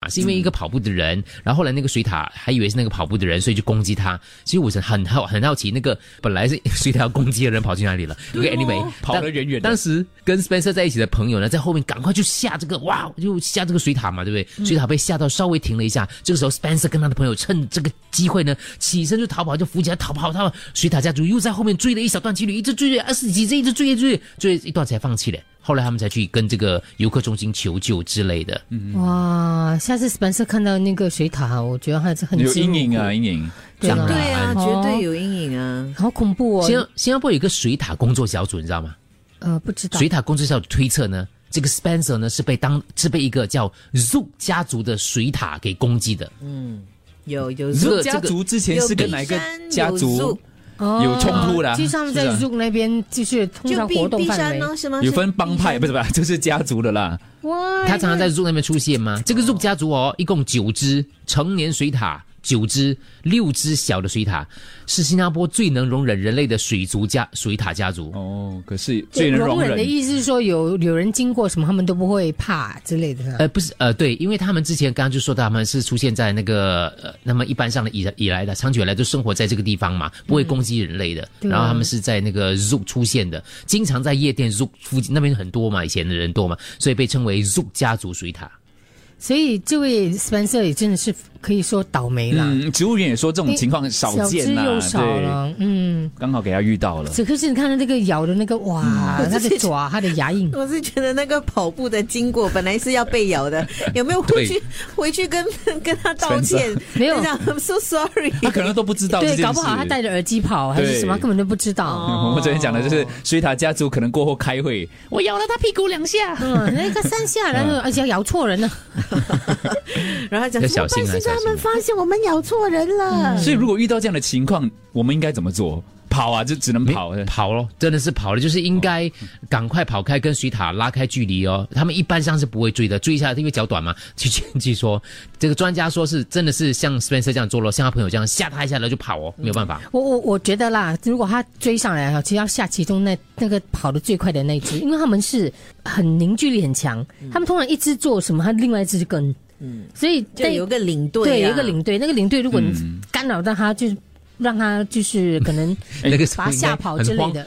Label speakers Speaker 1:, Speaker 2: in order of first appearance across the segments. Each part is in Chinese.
Speaker 1: 啊，是因为一个
Speaker 2: 嗯
Speaker 1: 跑步的人，然后后来那个水獭还以为是那个跑步的人，所以就攻击他。其实我是很好很好奇，那个本来是水獭要攻击的人跑去哪里了
Speaker 3: 对哦
Speaker 1: ？Anyway，
Speaker 2: 跑得远远的
Speaker 1: 当时跟 Spencer 在一起的朋友呢，在后面赶快就吓这个哇，就吓这个水獭嘛，对不对？水獭被
Speaker 2: 嗯
Speaker 1: 吓到稍微停了一下，这个时候 Spencer 跟他的朋友趁这个机会呢，起身就逃跑，就扶起来逃跑。他们水獭家族又在后面追了一小段距离，一直追了二十几只，一直追追追一段才放弃了。后来他们才去跟这个游客中心求救之类的。
Speaker 2: 嗯
Speaker 3: 哇，下次 Spencer 看到那个水獭，我觉得还是很
Speaker 2: 有
Speaker 3: 激
Speaker 2: 阴
Speaker 3: 怒
Speaker 2: 影
Speaker 3: 我
Speaker 2: 啊，，阴影。
Speaker 3: 对
Speaker 1: 当
Speaker 3: 啊
Speaker 1: 然
Speaker 4: 对啊，
Speaker 3: 哦
Speaker 4: 绝对有阴影啊。
Speaker 3: 好恐怖
Speaker 1: 新
Speaker 3: 哦。
Speaker 1: 加新加坡有一个水獭工作小组，你知道吗？
Speaker 3: 呃，不知道
Speaker 1: 水獭工作小组推测呢，这个 Spencer 呢是被当是被一个叫 Zoo 家族的水獭给攻击的。
Speaker 4: 有有
Speaker 2: 这
Speaker 1: 个这
Speaker 2: 个家
Speaker 1: 个
Speaker 2: 族之前是跟哪一个家族有
Speaker 3: 有
Speaker 2: 冲突啦？
Speaker 3: 啊就是他们
Speaker 2: 是
Speaker 3: 哦在
Speaker 2: 不是
Speaker 3: Zoom 那边就是通
Speaker 4: 就
Speaker 3: 常
Speaker 4: 碧
Speaker 3: 活动
Speaker 4: 碧
Speaker 3: 范
Speaker 4: 山啊
Speaker 3: 围。
Speaker 4: 呢？是吗？
Speaker 2: 有分帮
Speaker 3: 嗯
Speaker 2: 派，不是 吧？就是家族的啦。
Speaker 3: 哇，
Speaker 1: 他常常在 Zoo 那边出现吗？这个 Zoo 家族哦，一共九只成年水獭。九只，六只小的水獭，是新加坡最能容忍人类的水族家水獭家族。
Speaker 2: 哦，可是
Speaker 3: 对
Speaker 2: 最能容
Speaker 3: 的
Speaker 2: 忍。
Speaker 3: 意思是说有有人经过什么，他们都不会怕之类的。
Speaker 1: 呃，不是，呃，对，因为他们之前刚刚就说到，他们是出现在那个呃，那么一般上的以以来的长久以来就生活在这个地方嘛，不会攻击人类的。
Speaker 3: 嗯对啊
Speaker 1: 然后他们是在那个 zoo 出现的，经常在夜店 zoo 附近那边很多嘛，以前的人多嘛，所以被称为 zoo 家族水獭。
Speaker 3: 所以这位 Spencer 也真的是可以说倒霉啦，
Speaker 2: 嗯，植物园也说这种情况少
Speaker 3: 小只
Speaker 2: 见
Speaker 3: 又
Speaker 2: 啦，
Speaker 3: 少
Speaker 2: 对，
Speaker 3: 了，嗯。
Speaker 2: 刚好给他遇到了。
Speaker 3: 只可是你看到那个咬的那个，哇， 它的爪，它的牙 印，
Speaker 4: 我是觉得那个跑步的经过本来是要被 咬的，有没有回去回去跟跟他道歉？
Speaker 3: 没有
Speaker 4: 队长，I'm so sorry。
Speaker 2: 他可能都不知道这
Speaker 3: 对，
Speaker 2: 件事。
Speaker 3: 搞不好他戴着耳机跑还是
Speaker 2: 对
Speaker 3: 什么，根本都不知道。
Speaker 2: 我们昨天讲的
Speaker 3: 哦
Speaker 2: 就是水塔家族可能过后开会，
Speaker 3: 我咬了他屁股两下，嗯，那个三下，然后而且还咬错人了。
Speaker 4: 然后他讲
Speaker 1: 要
Speaker 4: 怎
Speaker 1: 小
Speaker 4: 么
Speaker 1: 心啊嗯
Speaker 4: 办？现在
Speaker 1: 小
Speaker 4: 他
Speaker 1: 心
Speaker 4: 们发现我们咬错人
Speaker 3: 嗯
Speaker 4: 了。
Speaker 2: 所以如果遇到这样的情况，我们应该怎么做？跑啊，就只能跑。
Speaker 1: 跑咯，真的是跑了，就是应该赶快跑开，跟水獭拉开距离哦。他们一般上是不会追的，追一下因为脚短嘛。据据据说，这个专家说是真的是像 Spencer 这样做咯，像他朋友这样吓他一下，然后就跑哦，没有办法。
Speaker 3: 我我我觉得啦，如果他追上来哈，其实要下其中那那个跑得最快的那一只，因为他们是很凝聚力很强，他们通常一只做什么，他另外一只就跟，嗯，所以
Speaker 4: 就有个领队啊，
Speaker 3: 对有一个领队，那个领队如果你干扰到他，就是让他就是可能
Speaker 1: 那个时候
Speaker 3: 嗯把他
Speaker 1: 应
Speaker 3: 吓
Speaker 1: 该
Speaker 3: 跑
Speaker 1: 很
Speaker 3: 之类
Speaker 1: 慌
Speaker 3: 的。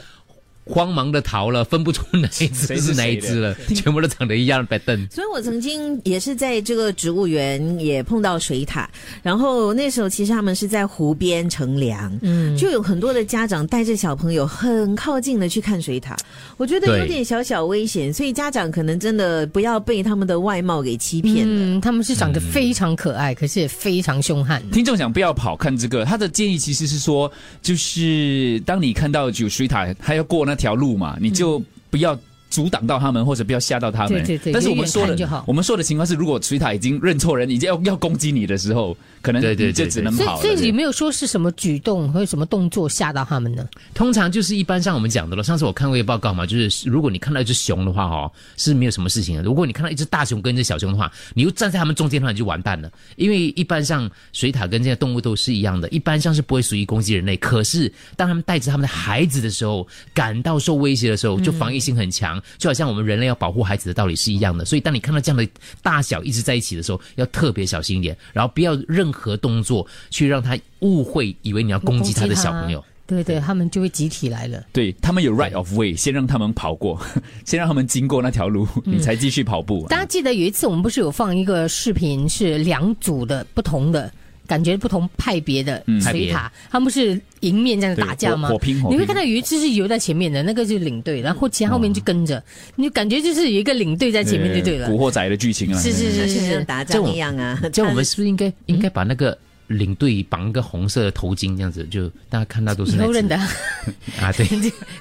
Speaker 1: 慌忙的逃了，分不出哪一只
Speaker 2: 谁
Speaker 1: 是
Speaker 2: 是
Speaker 1: 哪一
Speaker 2: 谁的
Speaker 1: 只了，全部都长得一样的 b 凳。
Speaker 4: 所以我曾经也是在这个植物园也碰到水獭，然后那时候其实他们是在湖边乘凉，嗯，就有很多的家长带着小朋友很靠近的去看水獭，我觉得有
Speaker 1: 对
Speaker 4: 点小小危险，所以家长可能真的不要被他们的外貌给欺骗了。
Speaker 3: 嗯，他们是长得非常可爱，可是也非常凶悍。
Speaker 2: 听众想不要跑，看这个，他的建议其实是说，就是当你看到有水塔，他要过那条路嘛，你就不要。阻挡到他们，或者不要吓到他们。
Speaker 3: 嗯对对对
Speaker 2: 但是我
Speaker 3: 远
Speaker 2: 们
Speaker 3: 远
Speaker 2: 说
Speaker 3: 看就好
Speaker 2: 的，我们说的情况是，如果水塔已经认错人，已经要要攻击你的时候，可能
Speaker 1: 对对对
Speaker 2: 你就只能
Speaker 3: 所以
Speaker 2: 跑了。
Speaker 3: 所以你没有说是什么举动或者什么动作吓到他们呢？
Speaker 1: 通常就是一般像我们讲的了，上次我看过一个报告嘛，就是如果你看到一只熊的话，哦，是没有什么事情的。如果你看到一只大熊跟一只小熊的话，你又站在它们中间的话，你就完蛋了。因为一般像水獭跟这些动物都是一样的，一般上是不会属于攻击人类。可是当他们带着他们的孩子的时候，感到受威胁的时候，就防御性很强，就好像我们人类要保护孩子的道理是一样的。所以当你看到这样的大小一直在一起的时候，要特别小心一点，然后不要任何动作去让他误会，以为你要攻击他的小朋友。
Speaker 3: 对对，他们就会集体来了。
Speaker 2: 对他们有 right of way，先让他们跑过， 先让他们经过那条路，
Speaker 3: 嗯
Speaker 2: 你才继续跑步。啊
Speaker 3: 大家记得有一次我们不是有放一个视频，是两组的不同的。感觉不同派别的
Speaker 1: 派
Speaker 3: 水
Speaker 1: 别
Speaker 3: 塔，他们不是迎面这样
Speaker 2: 对
Speaker 3: 打架吗？
Speaker 2: 火火拼火拼
Speaker 3: 你会看到有一只是游在前面的，那个就是领队，然后其他后面就跟着，你就感觉就是有一个领队在前面就对了
Speaker 2: 古。惑仔的剧情啊，
Speaker 3: 是是
Speaker 4: 就是
Speaker 3: 是
Speaker 4: 是像
Speaker 3: 是，
Speaker 4: 打
Speaker 1: 这
Speaker 4: 仗
Speaker 1: 种
Speaker 4: 一样啊，
Speaker 1: 这 样我们是不是应
Speaker 3: 嗯
Speaker 1: 该应该把那个领队绑个红色的头巾，这样子就大家看到都是
Speaker 3: 以
Speaker 1: 那
Speaker 3: 后
Speaker 1: 只
Speaker 3: 认得，
Speaker 1: 啊？对，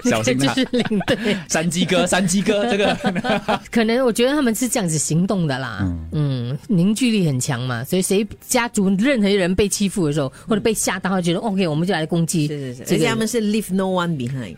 Speaker 3: 那
Speaker 2: 小
Speaker 3: 个
Speaker 2: 心
Speaker 3: 就
Speaker 2: 他
Speaker 3: 是领队。
Speaker 2: 山鸡哥，山鸡哥，这个
Speaker 3: 可能我觉得他们是这样子行动的啦，嗯凝聚力很强嘛，所以谁家族任何人被欺负的时候，或者被吓到，他觉得 OK，我们就来攻击
Speaker 4: 是是是，
Speaker 3: 这个
Speaker 4: 而且
Speaker 3: 人
Speaker 4: 他们是 leave no one behind。